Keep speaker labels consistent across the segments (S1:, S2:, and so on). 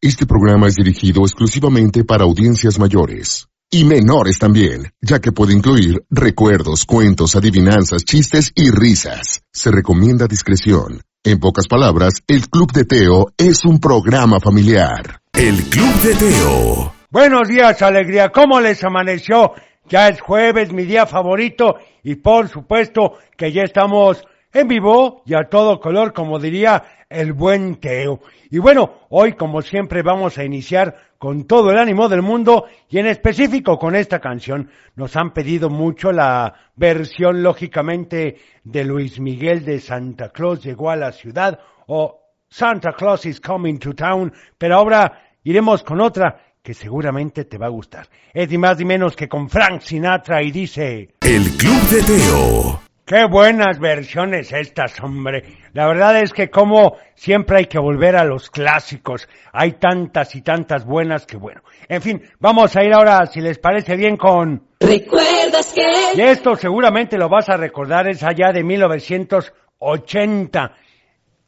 S1: Este programa es dirigido exclusivamente para audiencias mayores. Y menores también, ya que puede incluir recuerdos, cuentos, adivinanzas, chistes y risas. Se recomienda discreción. En pocas palabras, el Club de Teo es un programa familiar.
S2: El Club de Teo.
S3: Buenos días, alegría. ¿Cómo les amaneció? Ya es jueves, mi día favorito, y por supuesto que ya estamos en vivo y a todo color, como diría el buen Teo. Y bueno, hoy como siempre vamos a iniciar con todo el ánimo del mundo y en específico con esta canción. Nos han pedido mucho la versión lógicamente de Luis Miguel de Santa Claus llegó a la ciudad o Santa Claus is coming to town, pero ahora iremos con otra que seguramente te va a gustar. Es ni más ni menos que con Frank Sinatra y dice...
S2: El Club de Teo.
S3: Qué buenas versiones estas, hombre. La verdad es que como siempre hay que volver a los clásicos. Hay tantas y tantas buenas que bueno. En fin, vamos a ir ahora, si les parece bien, con...
S4: ¿Recuerdas
S3: Y
S4: que?
S3: esto seguramente lo vas a recordar, es allá de 1980.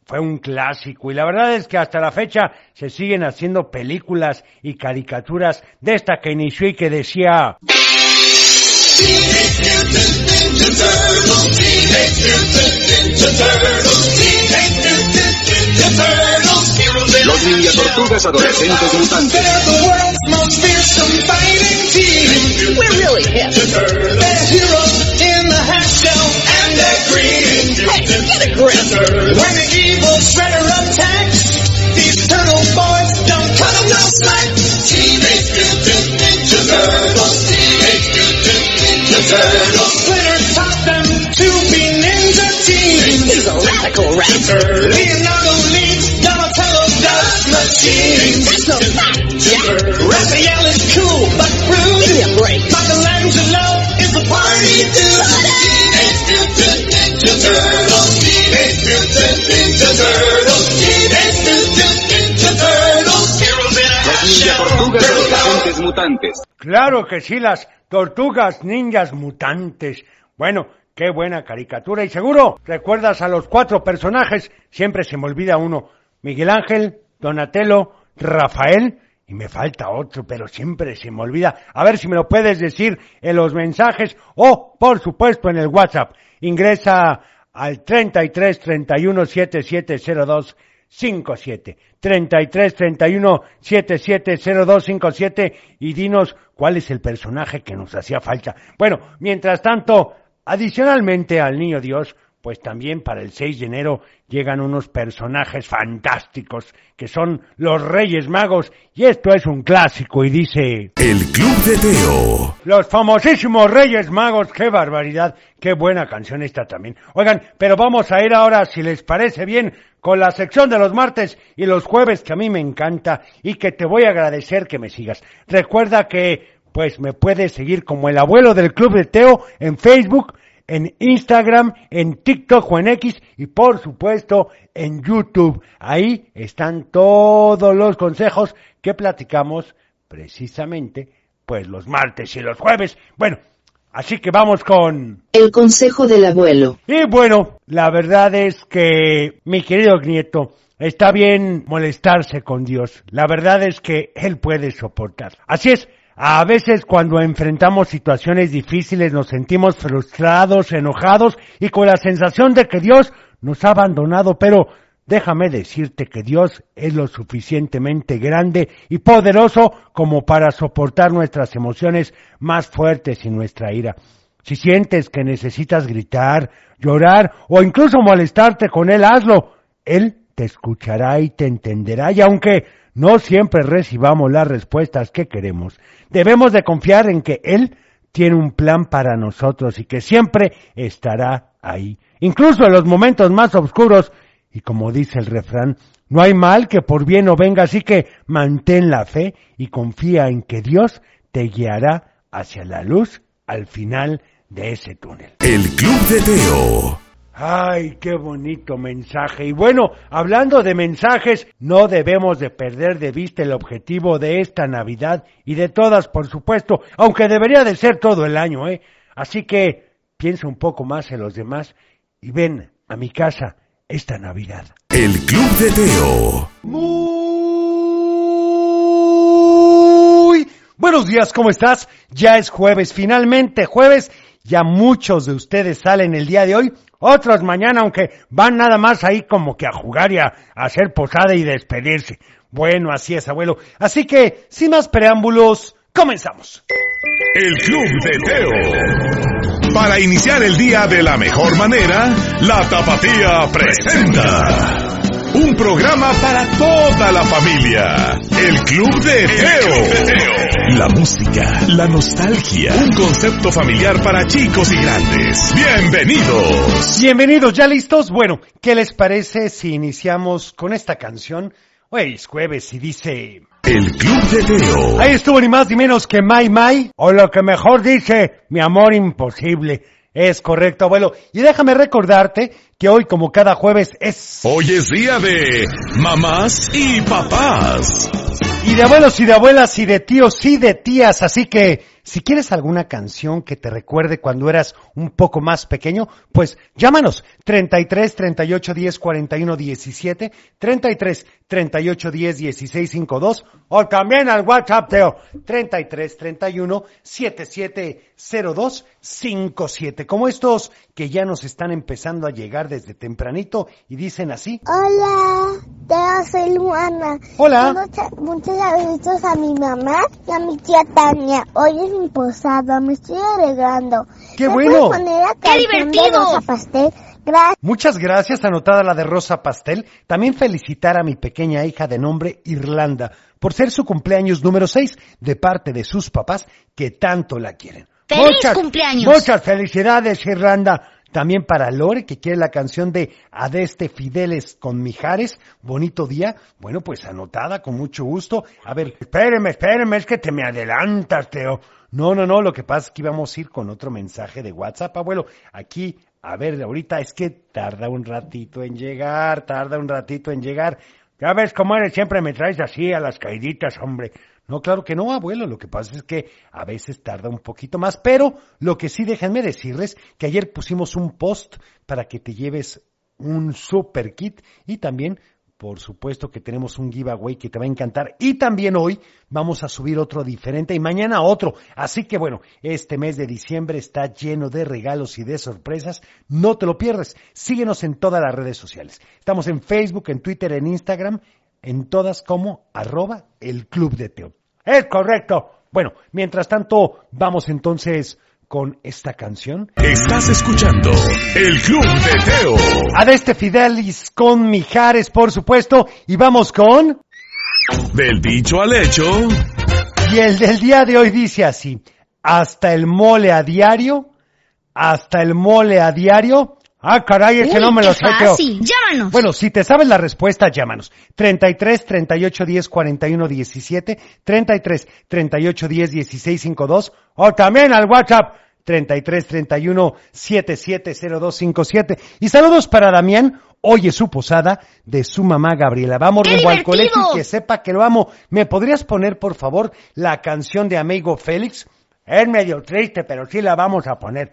S3: Fue un clásico y la verdad es que hasta la fecha se siguen haciendo películas y caricaturas de esta que inició y que decía...
S5: Los niños tortugas adolescentes mutantes.
S4: We're really hip. Hey, get a grip. He's a radical rapper.
S6: Leonardo leads Donatello does machine.
S4: That's a fact, Jack.
S6: Raphael is cool but
S4: Give me
S6: rude.
S4: a break.
S6: Michelangelo is a party dude.
S5: Los niños tortugas adolescentes mutantes.
S3: Claro que sí, las tortugas ninjas mutantes. Bueno, qué buena caricatura y seguro recuerdas a los cuatro personajes. Siempre se me olvida uno. Miguel Ángel, Donatello, Rafael y me falta otro, pero siempre se me olvida. A ver si me lo puedes decir en los mensajes o, por supuesto, en el WhatsApp. Ingresa al 33 31 7702 57 33 31 77 02 57 y dinos cuál es el personaje que nos hacía falta. Bueno, mientras tanto, adicionalmente al Niño Dios, pues también para el 6 de enero llegan unos personajes fantásticos que son los Reyes Magos y esto es un clásico y dice...
S2: El Club de Teo.
S3: Los famosísimos Reyes Magos, qué barbaridad, qué buena canción esta también. Oigan, pero vamos a ir ahora, si les parece bien, con la sección de los martes y los jueves que a mí me encanta y que te voy a agradecer que me sigas. Recuerda que, pues me puedes seguir como el abuelo del Club de Teo en Facebook, en Instagram, en TikTok o en X y por supuesto en YouTube. Ahí están todos los consejos que platicamos precisamente pues los martes y los jueves. Bueno, así que vamos con...
S7: El consejo del abuelo.
S3: Y bueno, la verdad es que mi querido nieto está bien molestarse con Dios. La verdad es que Él puede soportar. Así es. A veces cuando enfrentamos situaciones difíciles nos sentimos frustrados, enojados y con la sensación de que Dios nos ha abandonado, pero déjame decirte que Dios es lo suficientemente grande y poderoso como para soportar nuestras emociones más fuertes y nuestra ira. Si sientes que necesitas gritar, llorar o incluso molestarte con él, hazlo. Él te escuchará y te entenderá y aunque no siempre recibamos las respuestas que queremos, debemos de confiar en que Él tiene un plan para nosotros y que siempre estará ahí, incluso en los momentos más oscuros. Y como dice el refrán, no hay mal que por bien no venga, así que mantén la fe y confía en que Dios te guiará hacia la luz al final de ese túnel.
S2: El Club de Teo.
S3: Ay, qué bonito mensaje. Y bueno, hablando de mensajes, no debemos de perder de vista el objetivo de esta Navidad y de todas, por supuesto, aunque debería de ser todo el año, ¿eh? Así que piensa un poco más en los demás y ven a mi casa esta Navidad.
S2: El Club de Teo.
S3: Muy buenos días, ¿cómo estás? Ya es jueves, finalmente jueves. Ya muchos de ustedes salen el día de hoy, otros mañana, aunque van nada más ahí como que a jugar y a, a hacer posada y despedirse. Bueno, así es, abuelo. Así que, sin más preámbulos, comenzamos.
S8: El Club de Teo. Para iniciar el día de la mejor manera, la Tapatía presenta un programa para toda la familia. El Club de Teo. La música, la nostalgia, un concepto familiar para chicos y grandes. Bienvenidos.
S3: Bienvenidos, ¿ya listos? Bueno, ¿qué les parece si iniciamos con esta canción? Hoy es jueves y dice...
S8: El Club de Teo.
S3: Ahí estuvo ni más ni menos que Mai Mai, o lo que mejor dice, mi amor imposible. Es correcto, abuelo. Y déjame recordarte que hoy, como cada jueves, es...
S8: Hoy es día de mamás y papás.
S3: Y de abuelos y de abuelas y de tíos y de tías, así que si quieres alguna canción que te recuerde cuando eras un poco más pequeño, pues llámanos 33 38 10 41 17, 33 38 10 16 52 o también al WhatsApp Teo 33 31 77 02 57, como estos que ya nos están empezando a llegar desde tempranito y dicen así.
S9: Hola, yo soy Luana.
S3: Hola.
S9: Muchos, muchos saludos a mi mamá y a mi tía Tania. Hoy es mi posada, me estoy alegrando.
S3: ¡Qué
S9: ¿Me
S3: bueno!
S9: puedes poner la canción de Rosa Pastel? Gracias.
S3: Muchas gracias, anotada la de Rosa Pastel. También felicitar a mi pequeña hija de nombre Irlanda por ser su cumpleaños número 6 de parte de sus papás que tanto la quieren.
S10: ¡Feliz cumpleaños!
S3: Muchas felicidades, Irlanda. También para Lore, que quiere la canción de Adeste Fideles con Mijares. Bonito día. Bueno, pues anotada, con mucho gusto. A ver, espéreme, espéreme, es que te me adelantas, Teo. No, no, no, lo que pasa es que íbamos a ir con otro mensaje de WhatsApp, abuelo. Aquí, a ver, ahorita es que tarda un ratito en llegar, tarda un ratito en llegar. Ya ves cómo eres, siempre me traes así a las caiditas, hombre. No, claro que no, abuelo. Lo que pasa es que a veces tarda un poquito más, pero lo que sí déjenme decirles que ayer pusimos un post para que te lleves un super kit y también, por supuesto, que tenemos un giveaway que te va a encantar. Y también hoy vamos a subir otro diferente y mañana otro. Así que bueno, este mes de diciembre está lleno de regalos y de sorpresas. No te lo pierdas. Síguenos en todas las redes sociales. Estamos en Facebook, en Twitter, en Instagram. En todas como arroba el club de Teo. Es correcto. Bueno, mientras tanto, vamos entonces con esta canción.
S8: Estás escuchando El Club de Teo.
S3: Adeste este Fidelis con Mijares, por supuesto, y vamos con...
S8: Del dicho al hecho.
S3: Y el del día de hoy dice así, hasta el mole a diario, hasta el mole a diario. Ah, caray, ese
S10: Uy,
S3: no me
S10: qué
S3: lo sé, Teo.
S10: fácil. Llámanos.
S3: Bueno, si te sabes la respuesta, llámanos. 33 38 10 41 17, 33 38 10 16 52 o también al WhatsApp 33 31 77 02 57. Y saludos para Damián. Hoy es su posada de su mamá Gabriela. Vamos
S10: ¡Qué
S3: rumbo
S10: divertido!
S3: al colegio y que sepa que lo amo. ¿Me podrías poner, por favor, la canción de Amigo Félix? Es medio triste, pero sí la vamos a poner.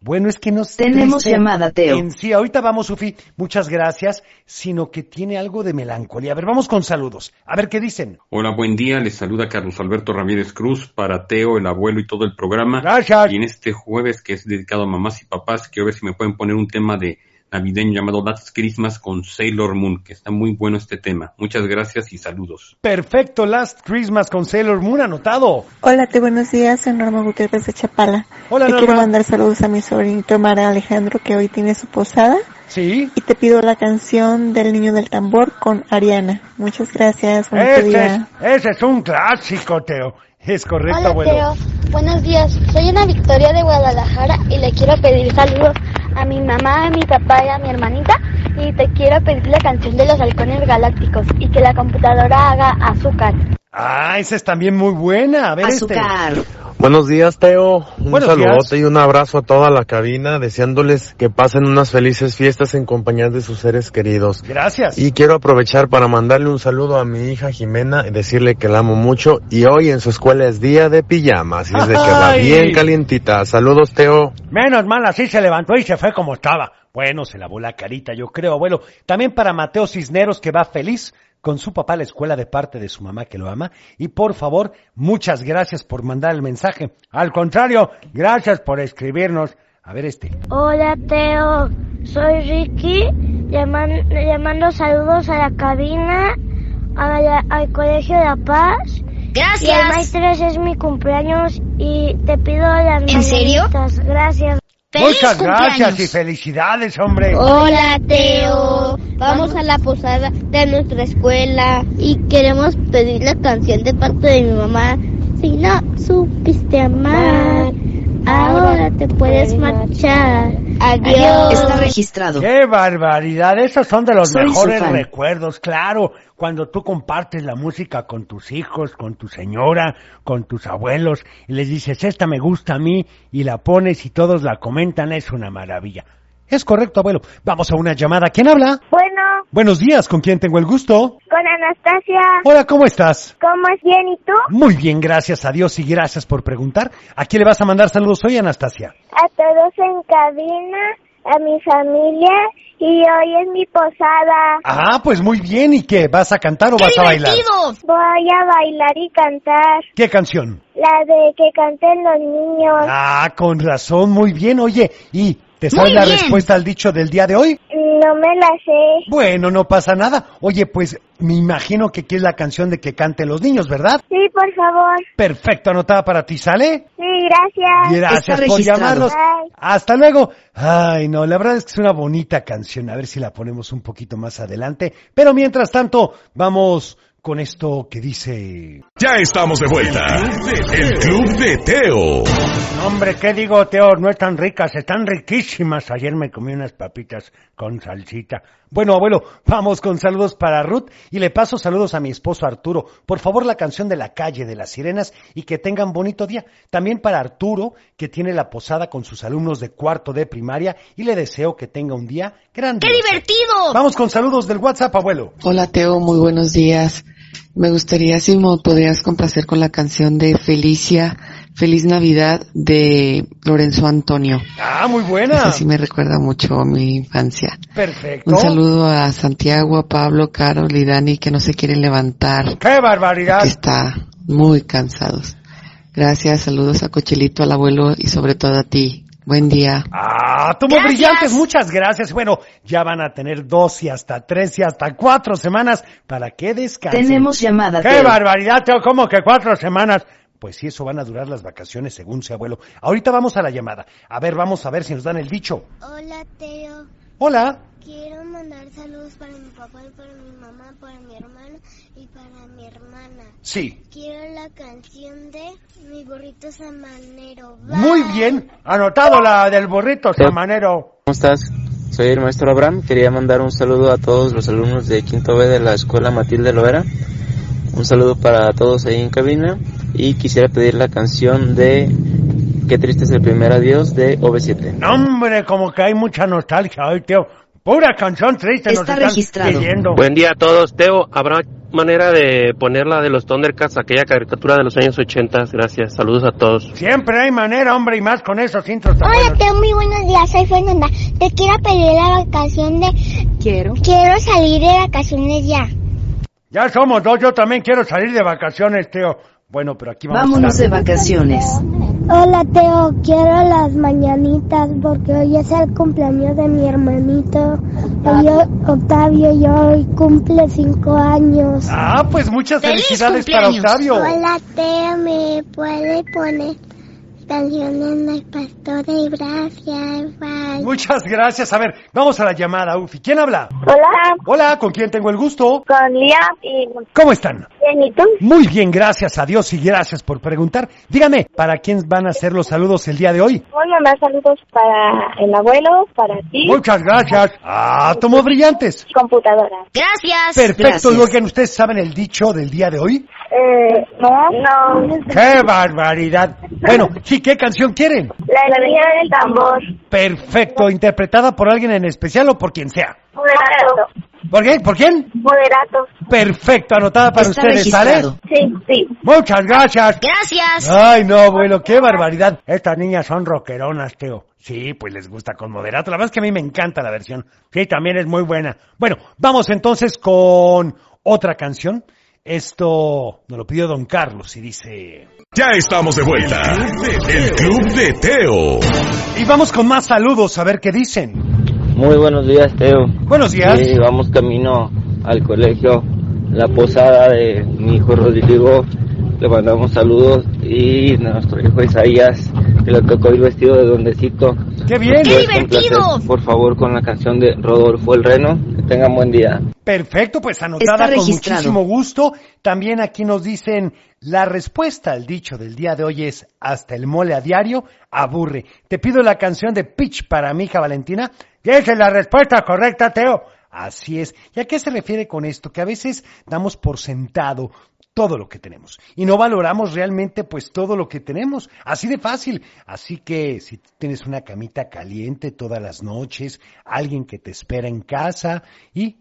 S3: Bueno, es que no sé.
S7: Tenemos llamada, Teo.
S3: En sí, ahorita vamos, Sufi, muchas gracias, sino que tiene algo de melancolía. A ver, vamos con saludos. A ver qué dicen.
S11: Hola, buen día. Les saluda Carlos Alberto Ramírez Cruz para Teo, el abuelo y todo el programa.
S3: Gracias.
S11: Y en este jueves que es dedicado a mamás y papás, quiero ver si me pueden poner un tema de navideño llamado That's Christmas con Sailor Moon, que está muy bueno este tema. Muchas gracias y saludos.
S3: Perfecto, Last Christmas con Sailor Moon anotado.
S12: Hola, te buenos días, soy Norma Gutiérrez de Chapala.
S3: Hola,
S12: te
S3: Norma.
S12: quiero mandar saludos a mi sobrinito Mara Alejandro que hoy tiene su posada
S3: Sí.
S12: y te pido la canción del niño del tambor con Ariana. Muchas gracias, bonito
S3: Ese es,
S12: día.
S3: ese es un clásico, Teo. Es correcto,
S9: Hola,
S3: abuelo.
S9: Teo. Buenos días. Soy Ana Victoria de Guadalajara y le quiero pedir saludos a mi mamá, a mi papá y a mi hermanita. Y te quiero pedir la canción de los halcones galácticos y que la computadora haga azúcar.
S3: Ah, esa es también muy buena. A ver, este.
S7: Azúcar.
S5: Buenos días, Teo. Un
S3: Buenos
S5: saludote
S3: días.
S5: y un abrazo a toda la cabina, deseándoles que pasen unas felices fiestas en compañía de sus seres queridos.
S3: Gracias.
S5: Y quiero aprovechar para mandarle un saludo a mi hija Jimena y decirle que la amo mucho. Y hoy en su escuela es día de pijama, así es de que va
S3: Ah, ¡Ay!
S5: bien calientita. Saludos, Teo.
S3: Menos mal, así se levantó y se fue como estaba. Bueno, se lavó la carita, yo creo, abuelo. También para Mateo Cisneros, que va feliz con su papá a la escuela de parte de su mamá que lo ama. Y por favor, muchas gracias por mandar el mensaje.
S13: Al contrario, gracias por escribirnos. A ver este.
S14: Hola Teo, soy Ricky, llaman- llamando saludos a la cabina, a la- al Colegio La Paz.
S15: Gracias.
S14: Y el maestro es mi cumpleaños y te pido las
S15: ¿En serio?
S14: mañanitas. Gracias.
S13: Muchas gracias y felicidades, hombre.
S16: Hola Teo, vamos a la posada de nuestra escuela y queremos pedir la canción de parte de mi mamá. Si no supiste amar, ahora te puedes marchar. Adiós.
S13: registrado. ¡Qué barbaridad! Esos son de los
S16: Soy su
S13: mejores
S16: fan.
S13: recuerdos, claro. Cuando tú compartes la música con tus hijos, con tu señora, con tus abuelos, y les dices, esta me gusta a mí, y la pones y todos la comentan, es una maravilla.
S3: Es correcto, abuelo. Vamos a una llamada. ¿Quién habla?
S14: Bueno,
S3: Buenos días, ¿con quién tengo el gusto?
S14: con Anastasia.
S3: Hola, ¿cómo estás?
S14: ¿Cómo es bien y tú?
S3: Muy bien, gracias a Dios y gracias por preguntar. ¿A quién le vas a mandar saludos hoy, Anastasia?
S14: A todos en cabina, a mi familia y hoy es mi posada.
S3: Ah, pues muy bien. ¿Y qué? ¿Vas a cantar o vas a bailar?
S14: Voy a bailar y cantar.
S3: ¿Qué canción?
S14: La de que canten los niños.
S3: Ah, con razón, muy bien. Oye, ¿y te
S14: Muy
S3: sabes la
S14: bien.
S3: respuesta al dicho del día de hoy?
S14: No me la sé.
S3: Bueno, no pasa nada. Oye, pues me imagino que quieres la canción de que canten los niños, ¿verdad?
S14: Sí, por favor.
S3: Perfecto, anotada para ti, ¿sale?
S14: Sí, gracias.
S3: Gracias por llamarnos. Hasta luego. Ay, no, la verdad es que es una bonita canción. A ver si la ponemos un poquito más adelante. Pero mientras tanto, vamos con esto que dice...
S8: Ya estamos de vuelta. El Club de Teo.
S13: No, hombre, ¿qué digo, Teo? No están ricas, están riquísimas. Ayer me comí unas papitas con salsita.
S3: Bueno, abuelo, vamos con saludos para Ruth y le paso saludos a mi esposo Arturo. Por favor, la canción de la calle de las sirenas y que tengan bonito día. También para Arturo, que tiene la posada con sus alumnos de cuarto de primaria y le deseo que tenga un día grande. ¡Qué divertido! Vamos con saludos del WhatsApp, abuelo.
S17: Hola Teo, muy buenos días. Me gustaría si me podrías complacer con la canción de Felicia, Feliz Navidad de Lorenzo Antonio.
S3: Ah, muy
S17: Esa
S3: buena.
S17: sí me recuerda mucho a mi infancia.
S13: Perfecto.
S17: Un saludo a Santiago, a Pablo, Carol y Dani que no se quieren levantar.
S13: ¡Qué barbaridad!
S17: Que está muy cansados. Gracias, saludos a Cochelito, al abuelo y sobre todo a ti. Buen día.
S3: Ah, tú muy brillantes, muchas gracias. Bueno, ya van a tener dos y hasta tres y hasta cuatro semanas para que descansen.
S13: Tenemos
S3: llamada.
S13: ¡Qué barbaridad, Teo! ¿Cómo que cuatro semanas?
S3: Pues sí, eso van a durar las vacaciones según su abuelo. Ahorita vamos a la llamada. A ver, vamos a ver si nos dan el dicho.
S9: Hola Teo,
S3: Hola.
S9: quiero mandar saludos para mi papá y para mi mamá, para mi hermano y para mi hermana.
S3: Sí.
S9: Quiero la canción de Mi burrito samanero.
S13: Muy bien, anotado la del burrito samanero.
S5: ¿Cómo estás? Soy el maestro Abraham. Quería mandar un saludo a todos los alumnos de quinto B de la escuela Matilde Lovera. Un saludo para todos ahí en cabina. Y quisiera pedir la canción de Qué triste es el primer adiós de OV7.
S13: No, hombre, como que hay mucha nostalgia hoy, Teo. Pura canción triste nos
S5: Está
S13: están
S5: registrado.
S13: pidiendo.
S18: Buen día a todos, Teo. ¿Habrá manera de poner la de los Thundercats, aquella caricatura de los años 80? Gracias. Saludos a todos.
S13: Siempre hay manera, hombre, y más con esos intros. tan
S9: Hola,
S13: buenos.
S9: Teo, muy buenos días. Soy Fernanda. Te quiero pedir la vacación de. Quiero. Quiero salir de vacaciones ya.
S13: Ya somos dos, yo también quiero salir de vacaciones, Teo. Bueno, pero aquí vamos
S19: Vámonos
S13: a
S19: de
S13: hablar.
S19: vacaciones.
S9: Hola, Teo. Quiero las mañanitas porque hoy es el cumpleaños de mi hermanito Octavio, Octavio y hoy cumple cinco años.
S3: Ah, pues muchas felicidades para Octavio.
S9: Hola, Teo. ¿Me puede poner canciones de Pastores? Gracias. Bye.
S3: Muchas gracias. A ver, vamos a la llamada, Ufi. ¿Quién habla?
S9: Hola.
S3: Hola, ¿con quién tengo el gusto?
S9: Con Lía y
S3: ¿Cómo están?
S9: Benito.
S3: Muy bien, gracias a Dios y gracias por preguntar. Dígame, ¿para quién van a ser los saludos el día de hoy?
S9: Voy a mandar saludos para el abuelo, para ti.
S3: Muchas gracias. Ah, tomó brillantes.
S9: Computadora. Gracias.
S3: Perfecto, y oigan, ¿ustedes saben el dicho del día de hoy?
S9: Eh, no, no.
S3: ¡Qué barbaridad! Bueno, ¿y qué canción quieren?
S9: La alegría del tambor.
S3: Perfecto, interpretada por alguien en especial o por quien sea.
S9: Moderato.
S3: ¿Por qué? ¿Por quién?
S9: Moderato.
S3: Perfecto, anotada para
S9: Está
S3: ustedes,
S9: registrado.
S3: ¿sale?
S9: Sí, sí.
S3: Muchas gracias.
S9: Gracias.
S3: Ay, no, abuelo, qué barbaridad. Estas niñas son rockeronas, Teo. Sí, pues les gusta con moderato. La verdad es que a mí me encanta la versión. Sí, también es muy buena. Bueno, vamos entonces con otra canción. Esto nos lo pidió Don Carlos y dice...
S8: Ya estamos de vuelta. El Club de Teo.
S3: Y vamos con más saludos a ver qué dicen.
S5: Muy buenos días, Teo.
S3: Buenos días.
S5: Sí, vamos camino al colegio, la posada de mi hijo Rodrigo. Le mandamos saludos y nuestro hijo Isaías, que le tocó el vestido de Dondecito.
S3: ¡Qué bien!
S5: Nos puedes
S3: ¡Qué divertido!
S5: complacer, Por favor, con la canción de Rodolfo el Reno. Que tengan buen día.
S3: Perfecto, pues anotada
S5: Está
S3: con
S5: registrado.
S3: muchísimo gusto. También aquí nos dicen la respuesta al dicho del día de hoy es hasta el mole a diario aburre. Te pido la canción de Pitch para mi hija Valentina. Y esa es la respuesta correcta, Teo. Así es. ¿Y a qué se refiere con esto? Que a veces damos por sentado todo lo que tenemos y no valoramos realmente pues todo lo que tenemos, así de fácil. Así que si tú tienes una camita caliente todas las noches, alguien que te espera en casa y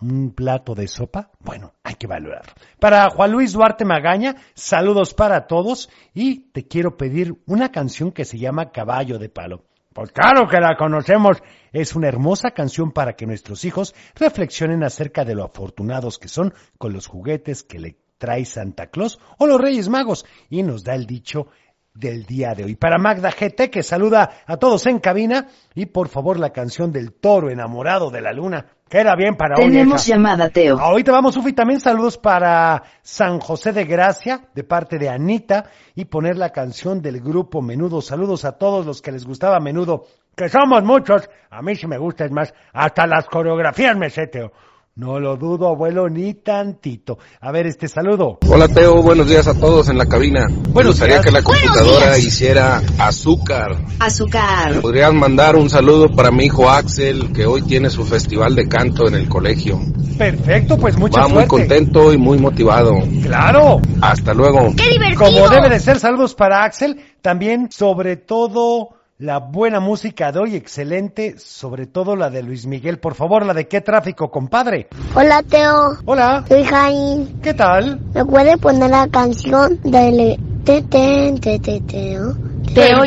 S3: un plato de sopa, bueno, hay que valorarlo. Para Juan Luis Duarte Magaña, saludos para todos y te quiero pedir una canción que se llama Caballo de Palo. Pues claro que la conocemos. Es una hermosa canción para que nuestros hijos reflexionen acerca de lo afortunados que son con los juguetes que le trae Santa Claus o los Reyes Magos. Y nos da el dicho del día de hoy. Para Magda GT, que saluda a todos en cabina. Y por favor, la canción del toro enamorado de la luna. Queda bien para hoy.
S20: Tenemos
S3: hija.
S20: llamada, Teo.
S3: Ahorita vamos, Sufi, también saludos para San José de Gracia, de parte de Anita, y poner la canción del grupo Menudo. Saludos a todos los que les gustaba Menudo, que somos muchos. A mí sí me gusta, es más, hasta las coreografías me sé, Teo. No lo dudo, abuelo, ni tantito. A ver este saludo.
S19: Hola Teo, buenos días a todos en la cabina. Me gustaría
S3: días.
S19: que la
S3: Buenos
S19: computadora
S3: días.
S19: hiciera azúcar.
S20: Azúcar.
S19: Podrían mandar un saludo para mi hijo Axel, que hoy tiene su festival de canto en el colegio.
S3: Perfecto, pues mucha
S19: Va muy
S3: suerte.
S19: contento y muy motivado.
S3: Claro.
S19: Hasta luego.
S3: Como debe de ser, saludos para Axel. También, sobre todo, la buena música de hoy, excelente. Sobre todo la de Luis Miguel. Por favor, la de qué tráfico, compadre.
S9: Hola, Teo.
S3: Hola.
S9: Soy Jain.
S3: ¿Qué tal?
S9: ¿Me puede poner la canción de te te te te teo?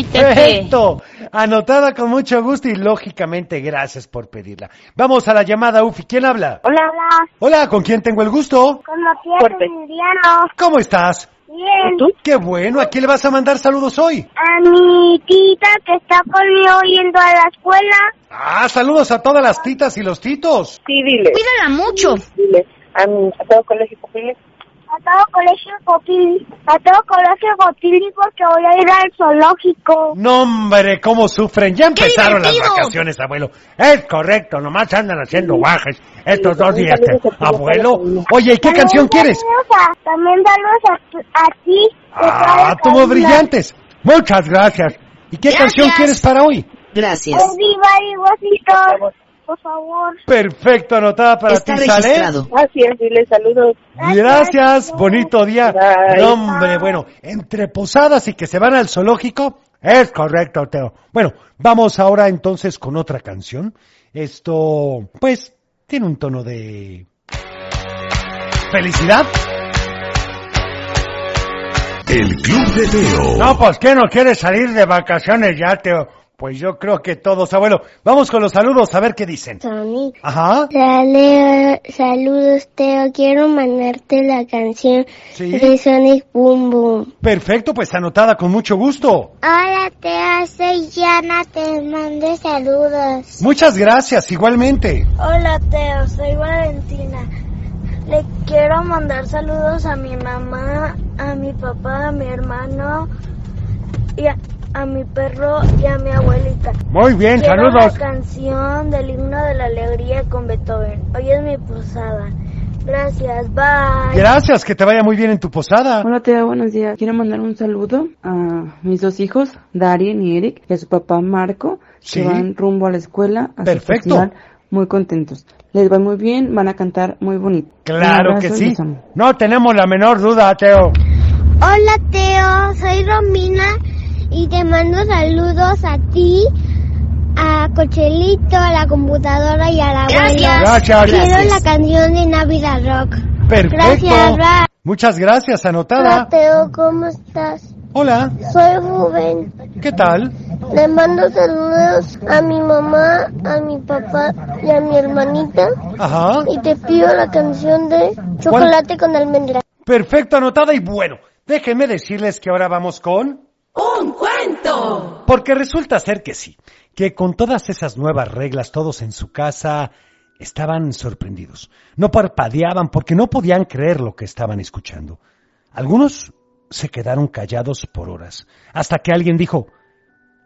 S3: Perfecto. Anotada con mucho gusto y lógicamente gracias por pedirla. Vamos a la llamada Ufi. ¿Quién habla?
S9: Hola, hola.
S3: Hola, ¿con quién tengo el gusto?
S9: Con Matías Emiliano.
S3: ¿Cómo estás?
S9: Bien.
S3: Qué bueno. ¿A quién le vas a mandar saludos hoy?
S9: A mi tita que está conmigo yendo a la escuela.
S3: Ah, saludos a todas las titas y los titos.
S9: Sí, dile. Cuídala mucho. Dile. A, todo colegio Popili. A todo colegio Popili. A todo colegio Popili porque voy a ir al zoológico.
S3: No, hombre, cómo sufren. Ya
S9: ¡Qué
S3: empezaron las
S9: divertido!
S3: vacaciones, abuelo. Es correcto, nomás andan haciendo guajes estos dos días.
S9: Saludos a todos.
S3: Abuelo, oye, ¿y qué
S9: También
S3: canción quieres?
S9: saludos a- también saludos a, tu- a ti. que
S3: Ah,
S9: traes
S3: tuvo
S9: ahí
S3: brillantes. Muchas gracias. ¿Y qué
S9: Gracias.
S3: canción quieres para hoy?
S9: la- Everybody was it all, Por favor.
S3: Perfecto, anotada para ti, ¿sale?
S9: Así es, dile saludos.
S3: Gracias, bonito día. No, hombre, bueno, entre posadas y que se van al zoológico, es correcto, Teo. Bueno, vamos ahora entonces con otra canción. Esto, pues, tiene un tono de felicidad.
S8: El Club de Teo.
S3: No, pues, ¿qué no quiere salir de vacaciones ya, Teo? Pues yo creo que todos, abuelo. Vamos con los saludos a ver qué dicen.
S9: Sonic.
S3: Ajá.
S9: Dale, eh, saludos, Teo. Quiero mandarte la canción
S3: Sí.
S9: de Sonic Boom Boom.
S3: Perfecto, pues anotada con mucho gusto.
S9: Hola, Teo. Soy Yana. Te mando saludos.
S3: Muchas gracias, igualmente.
S14: Hola Teo, soy Valentina. Le quiero mandar saludos a mi mamá, a mi papá, a mi hermano y a, a mi perro y a mi abuelita.
S3: Muy bien,
S14: Quiero
S3: saludos.
S14: La canción del himno de la alegría con Beethoven. Hoy es mi posada. Gracias, bye.
S3: Gracias, que te vaya muy bien en tu posada.
S21: Hola Teo, buenos días. Quiero mandar un saludo a mis dos hijos, Darien y Eric, y a su papá Marco,
S3: Sí.
S21: que van rumbo a la escuela. A su
S3: Perfecto.
S21: festival, muy contentos. Les va muy bien, van a cantar muy bonito.
S3: Claro
S21: Un
S3: que
S21: abrazo y
S3: sí.
S21: los amo.
S3: No tenemos la menor duda, Teo.
S9: Hola, Teo. Soy Romina. Y te mando saludos a ti, a Cochelito, a la computadora y a la abuela.
S3: Gracias.
S9: Quiero
S3: Gracias.
S9: la canción de Navidad Rock.
S3: Perfecto.
S9: Gracias, bye.
S3: Muchas gracias,
S9: Hola,
S3: anotada.
S9: Teo. ¿Cómo estás?
S3: Hola,
S9: Soy Rubén.
S3: ¿qué tal?
S9: Le mando saludos a mi mamá, a mi papá y a mi hermanita.
S3: Ajá.
S9: Y te pido la canción de Chocolate con almendra.
S3: Perfecto, anotada y bueno. Déjenme decirles que ahora vamos con...
S6: ¡Un cuento!
S3: Porque resulta ser que sí, que con todas esas nuevas reglas todos en su casa estaban sorprendidos. No parpadeaban porque no podían creer lo que estaban escuchando. Algunos se quedaron callados por horas, hasta que alguien dijo,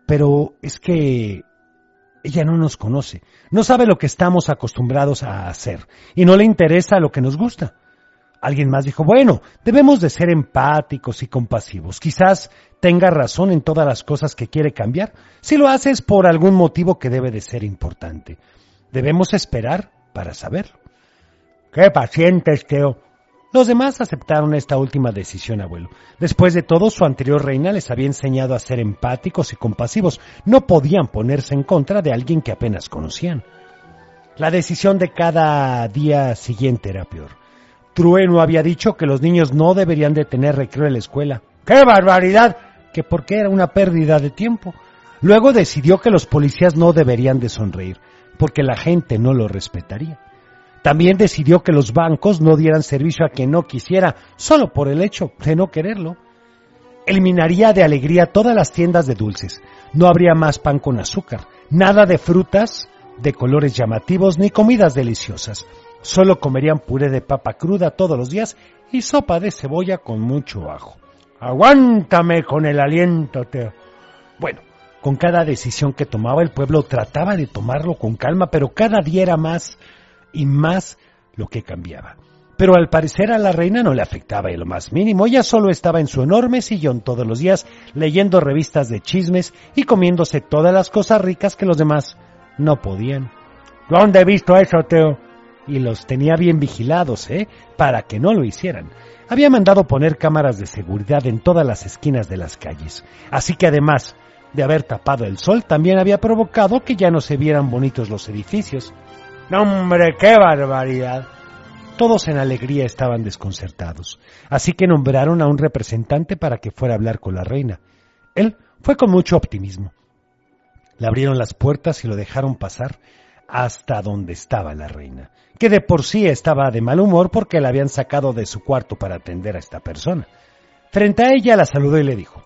S3: pero es que ella no nos conoce, no sabe lo que estamos acostumbrados a hacer y no le interesa lo que nos gusta. Alguien más dijo, bueno, debemos de ser empáticos y compasivos. Quizás tenga razón en todas las cosas que quiere cambiar, si lo hace es por algún motivo que debe de ser importante. Debemos esperar para saberlo. Qué pacientes, Teo. Los demás aceptaron esta última decisión, abuelo. Después de todo, su anterior reina les había enseñado a ser empáticos y compasivos. No podían ponerse en contra de alguien que apenas conocían. La decisión de cada día siguiente era peor. Trueno había dicho que los niños no deberían de tener recreo en la escuela. ¡Qué barbaridad! Que porque era una pérdida de tiempo. Luego decidió que los policías no deberían de sonreír, porque la gente no lo respetaría. También decidió que los bancos no dieran servicio a quien no quisiera, solo por el hecho de no quererlo. Eliminaría de alegría todas las tiendas de dulces. No habría más pan con azúcar, nada de frutas de colores llamativos ni comidas deliciosas. Solo comerían puré de papa cruda todos los días y sopa de cebolla con mucho ajo. Aguántame con el aliento, Teo. Bueno, con cada decisión que tomaba el pueblo trataba de tomarlo con calma, pero cada día era más y más lo que cambiaba. Pero al parecer a la reina no le afectaba en lo más mínimo, ella solo estaba en su enorme sillón todos los días leyendo revistas de chismes y comiéndose todas las cosas ricas que los demás no podían. ¿Dónde he visto eso, Teo? y los tenía bien vigilados, ¿eh? Para que no lo hicieran. Había mandado poner cámaras de seguridad en todas las esquinas de las calles. Así que además de haber tapado el sol, también había provocado que ya no se vieran bonitos los edificios. ¡No, hombre, qué barbaridad! Todos en alegría estaban desconcertados, así que nombraron a un representante para que fuera a hablar con la reina. Él fue con mucho optimismo. Le abrieron las puertas y lo dejaron pasar hasta donde estaba la reina, que de por sí estaba de mal humor porque la habían sacado de su cuarto para atender a esta persona. Frente a ella la saludó y le dijo,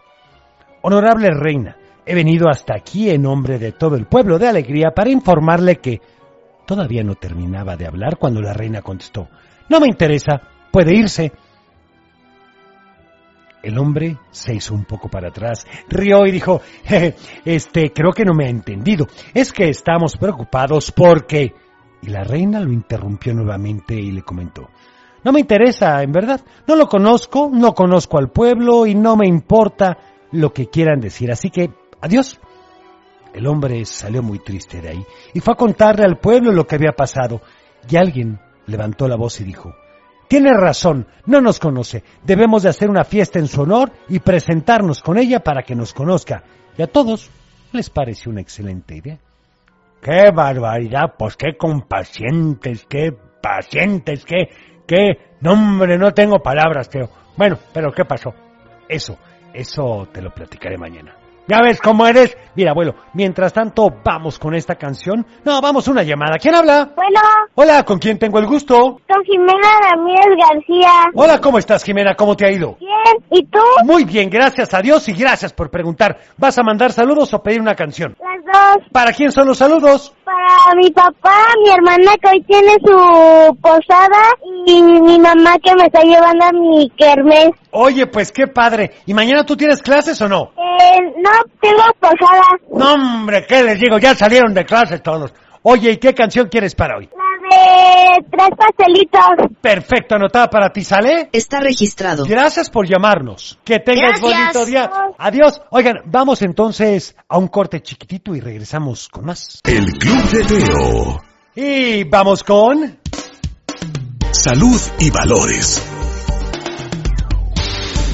S3: Honorable reina, he venido hasta aquí en nombre de todo el pueblo de alegría para informarle que... Todavía no terminaba de hablar cuando la reina contestó, No me interesa, puede irse. El hombre se hizo un poco para atrás, rió y dijo, Jeje, este, creo que no me ha entendido. Es que estamos preocupados porque... Y la reina lo interrumpió nuevamente y le comentó, no me interesa, en verdad, no lo conozco, no conozco al pueblo y no me importa lo que quieran decir, así que, adiós. El hombre salió muy triste de ahí y fue a contarle al pueblo lo que había pasado, y alguien levantó la voz y dijo, tiene razón, no nos conoce. Debemos de hacer una fiesta en su honor y presentarnos con ella para que nos conozca. Y a todos les pareció una excelente idea.
S13: ¡Qué barbaridad! Pues qué compacientes, qué pacientes, qué, qué... No, hombre, no tengo palabras, Teo. Bueno, pero ¿qué pasó?
S3: Eso, eso te lo platicaré mañana. Ya ves cómo eres. Mira, abuelo, mientras tanto vamos con esta canción. No, vamos una llamada. ¿Quién habla?
S9: Bueno,
S3: Hola, ¿con quién tengo el gusto?
S9: con Jimena Ramírez García.
S3: Hola, ¿cómo estás, Jimena? ¿Cómo te ha ido?
S9: Bien, ¿y tú?
S3: Muy bien, gracias a Dios y gracias por preguntar. ¿Vas a mandar saludos o pedir una canción?
S9: Las dos.
S3: ¿Para quién son los saludos?
S9: Para mi papá, mi hermana que hoy tiene su posada y mi mamá que me está llevando a mi kermés.
S3: Oye, pues qué padre. ¿Y mañana tú tienes clases o no?
S9: Eh, no tengo posada.
S3: No, hombre, ¿qué les digo? Ya salieron de clases todos. Oye, ¿y qué canción quieres para hoy?
S9: La de tres pastelitos.
S3: Perfecto, anotada para ti, ¿sale?
S20: Está registrado.
S3: Gracias por llamarnos. Que tengas
S20: Gracias.
S3: bonito día. Adiós. Oigan, vamos entonces a un corte chiquitito y regresamos con más.
S8: El Club de Teo.
S3: Y vamos con...
S8: Salud y valores.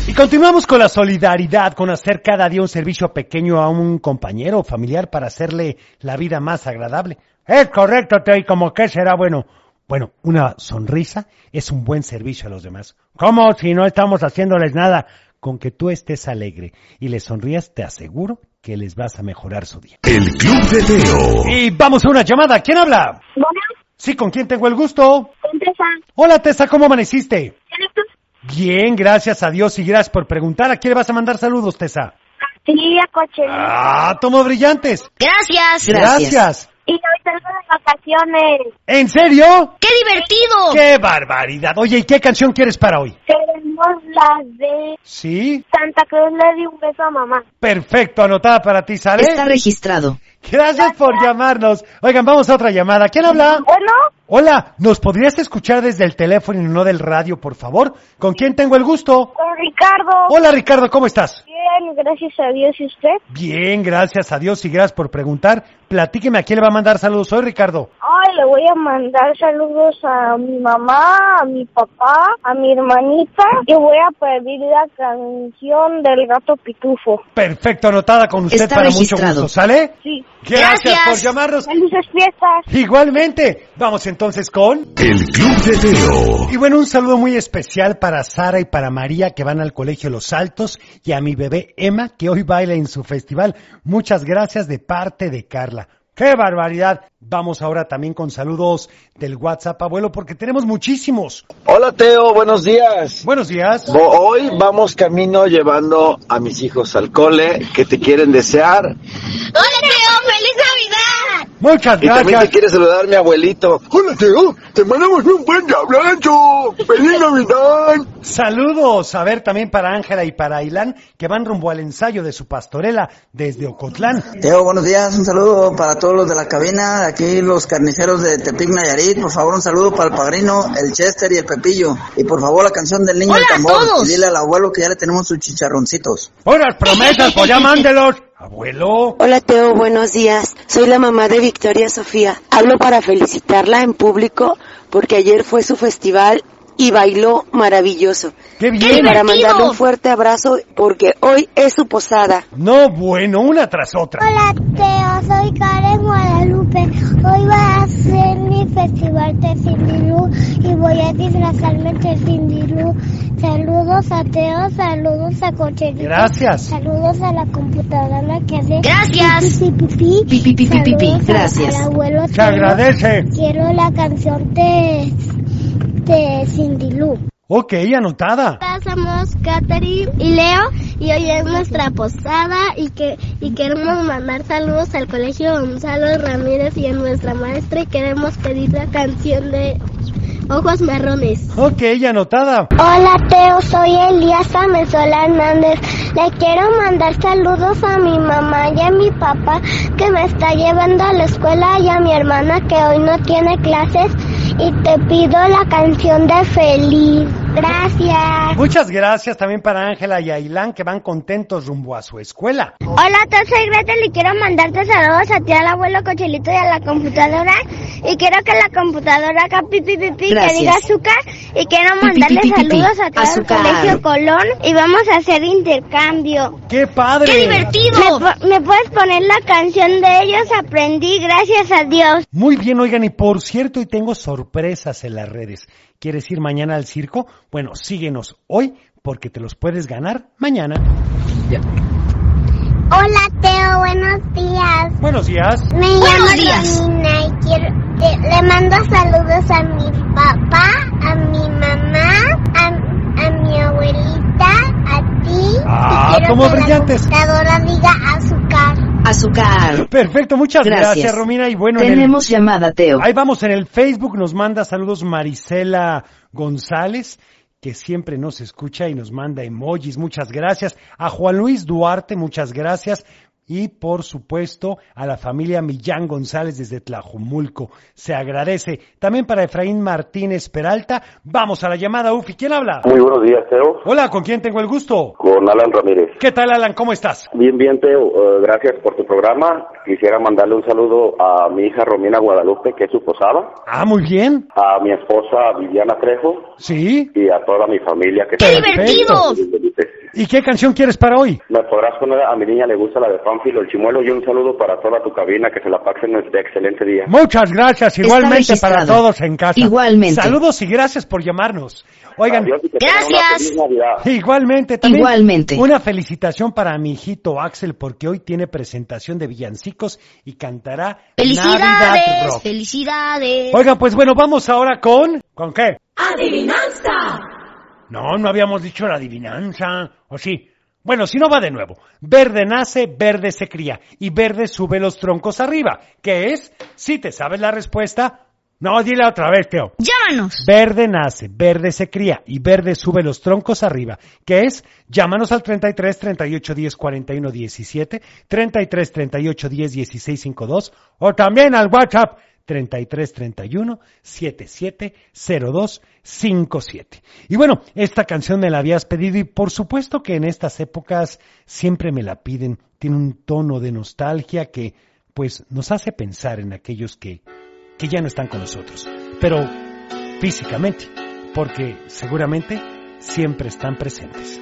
S3: Y continuamos con la solidaridad, con hacer cada día un servicio pequeño a un compañero o familiar para hacerle la vida más agradable. Es correcto, Teo, y como que será bueno. Bueno, una sonrisa es un buen servicio a los demás. ¿Cómo si no estamos haciéndoles nada? Con que tú estés alegre y les sonrías, te aseguro que les vas a mejorar su día.
S8: El Club de Teo.
S3: Y vamos a una llamada. ¿Quién habla?
S9: Bueno,
S3: Sí, ¿con quién tengo el gusto?
S22: Con Tessa.
S3: Hola Tessa, ¿cómo amaneciste? Bien, gracias a Dios y gracias por preguntar. ¿A quién le vas a mandar saludos, Tessa?
S22: Sí, a coche.
S3: Ah, tomo brillantes.
S22: Gracias.
S3: Gracias.
S22: Y hoy salgo de vacaciones.
S3: ¿En serio?
S22: ¡Qué
S7: Oh.
S22: divertido!
S3: ¡Qué barbaridad! Oye, ¿y qué canción quieres para hoy?
S22: Queremos la de
S3: ¿Sí?
S22: Santa Cruz le di un beso a mamá.
S3: Perfecto, anotada para ti, Sara.
S20: Está registrado.
S3: Gracias por llamarnos. Oigan, vamos a otra llamada. ¿Quién habla?
S22: Bueno,
S3: Hola, ¿nos podrías escuchar desde el teléfono y no del radio, por favor? ¿Con quién tengo el gusto?
S22: con Ricardo.
S3: Hola, Ricardo, ¿cómo estás?
S22: Bien, gracias a Dios y usted.
S3: Bien, gracias a Dios y gracias por preguntar. Platíqueme a quién le va a mandar saludos hoy, Ricardo.
S22: Hoy le voy a mandar saludos a mi mamá, a mi papá, a mi hermanita y voy a pedir la canción del gato pitufo.
S3: Perfecto, anotada con usted
S22: Está
S3: para mucho
S22: registrado.
S3: gusto, ¿sale?
S22: Sí.
S3: Gracias, por llamarnos.
S22: Felices fiestas.
S3: Igualmente, vamos entonces con...
S8: El Club de Teo.
S3: Y bueno, un saludo muy especial para Sara y para María que van al Colegio Los Altos y a mi bebé Emma que hoy baila en su festival. Muchas gracias de parte de Carla. ¡Qué barbaridad! Vamos ahora también con saludos del WhatsApp, abuelo, porque tenemos muchísimos.
S1: Hola Teo, buenos días.
S3: Buenos días.
S1: Bo- Hoy vamos camino llevando a mis hijos al cole que te quieren desear.
S4: ¡Hola, Teo! ¡Feliz Navidad!
S3: Muchas
S1: Y también te
S3: gracias.
S1: quiere saludar mi abuelito. Hola Teo, te mandamos un buen abrazo. Feliz Navidad.
S3: Saludos, a ver, también para Ángela y para Ailán, que van rumbo al ensayo de su pastorela desde Ocotlán.
S23: Teo, buenos días, un saludo para todos los de la cabina, aquí los carniceros de Tepic Nayarit, por favor un saludo para el padrino, el Chester y el Pepillo, y por favor la canción del niño del tambor, y dile al abuelo que ya le tenemos sus chicharroncitos.
S3: Buenas promesas, pues ya mándelos. Abuelo.
S7: Hola Teo, buenos días. Soy la mamá de Victoria Sofía. Hablo para felicitarla en público porque ayer fue su festival y bailó maravilloso.
S3: ¡Qué
S7: Y para mandarle un fuerte abrazo porque hoy es su posada.
S3: No, bueno, una tras otra.
S9: Hola Teo, soy Karen Guadalupe. Hoy va a ser mi festival Tefindilú y voy a disfrazarme de Tefindilú. Saludos a Teo, saludos a Cocherito.
S23: Gracias.
S9: Saludos a la computadora que hace.
S7: Gracias.
S9: Pi, pi, pi, pi.
S23: Pi, pi, pi, pi, pi.
S9: Saludos a-
S23: Gracias.
S9: al abuelo
S3: Se
S9: Teo.
S3: agradece.
S9: Quiero la canción de, de Cindy Lou.
S3: Ok, anotada.
S9: Hola, somos Katherine y Leo y hoy es nuestra posada y que y queremos mandar saludos al colegio Gonzalo Ramírez y a nuestra maestra y queremos pedir la canción de Ojos Marrones.
S3: Ok, anotada.
S9: Hola Teo, soy Elías Amezola Hernández. Le quiero mandar saludos a mi mamá y a mi papá que me está llevando a la escuela y a mi hermana que hoy no tiene clases y te pido la canción de Feliz. Gracias.
S3: Muchas gracias también para Ángela y Ailán que van contentos rumbo a su escuela.
S9: Hola, Teo, soy Gretel y quiero mandarte saludos a ti, al abuelo Cochelito y a la computadora. Y quiero que la computadora acá pipi pipi que
S23: Gracias.
S9: diga azúcar. Y quiero mandarle
S23: pi, pi, pi.
S9: saludos a todo
S23: Azúcar.
S9: el colegio Colón y vamos a hacer intercambio.
S3: ¡Qué padre!
S9: ¿Me, po- me puedes poner la canción de ellos? Aprendí, gracias a Dios.
S3: Muy bien, oigan, y por cierto, hoy tengo sorpresas en las redes. ¿Quieres ir mañana al circo? Bueno, síguenos hoy porque te los puedes ganar mañana.
S9: Hola, Teo, buenos días.
S3: Buenos días.
S9: Me llamo Romina y quiero, te- le mando saludos a mi papá, a mi mamá, a, a mi abuelita, a ti.
S3: Ah,
S9: y quiero
S3: como
S9: que
S3: brillantes.
S9: La computadora diga azúcar.
S20: Azúcar.
S3: Perfecto, muchas gracias,
S20: Gracias.
S3: Romina. Y bueno, en el-
S20: Tenemos llamada, Teo.
S3: Ahí vamos en el Facebook, nos manda saludos Marisela González, que siempre nos escucha y nos manda emojis, muchas gracias. A Juan Luis Duarte, muchas gracias. Y por supuesto a la familia Millán González desde Tlajumulco. Se agradece. También para Efraín Martínez Peralta. Vamos a la llamada, Ufi. ¿Quién habla?
S11: Muy buenos días, Teo.
S3: Hola, ¿con quién tengo el gusto?
S11: Con Alan Ramírez.
S3: ¿Qué tal, Alan? ¿Cómo estás?
S11: Bien, bien, Teo. Eh, gracias por tu programa. Quisiera mandarle un saludo a mi hija Romina Guadalupe, que es su posada,
S3: Ah, muy bien.
S11: a mi esposa Viviana Trejo
S3: Sí.
S11: y a toda mi familia. Que
S3: ¡Qué divertido! ¿Y qué canción quieres para hoy?
S11: Me podrás poner a mi niña le gusta la de Pánfilo, el chimuelo y un saludo para toda tu cabina, que se la pasen este excelente día.
S3: Muchas gracias, igualmente para
S11: registrado.
S3: todos en casa.
S11: Igualmente.
S3: Saludos y gracias por llamarnos. Oigan,
S11: Adiós y que tengan una feliz Navidad.
S3: Igualmente, también.
S24: Igualmente.
S3: Una felicitación para mi hijito Axel, porque hoy tiene presentación de villancicos y cantará Navidad
S7: ¡Felicidades!
S3: Rock.
S7: ¡Felicidades!
S3: Oigan, pues bueno, vamos ahora con. ¿Con qué?
S25: Adivinanza.
S3: No, no habíamos dicho la adivinanza. ¿O sí? Bueno, si no va de nuevo. Verde nace, verde se cría. Y verde sube los troncos arriba. ¿Qué es? Si te sabes la respuesta. No, dila otra vez, Teo.
S7: ¡Llámanos!
S3: Verde nace, verde se cría y verde sube los troncos arriba. ¿Qué es? Llámanos al 33 38 10 41 17, 33 38 10 16 52 o también al WhatsApp 33 31 77 02 57. Y bueno, esta canción me la habías pedido y por supuesto que en estas épocas siempre me la piden. Tiene un tono de nostalgia que pues nos hace pensar en aquellos que que ya no están con nosotros, pero físicamente, porque seguramente siempre están presentes.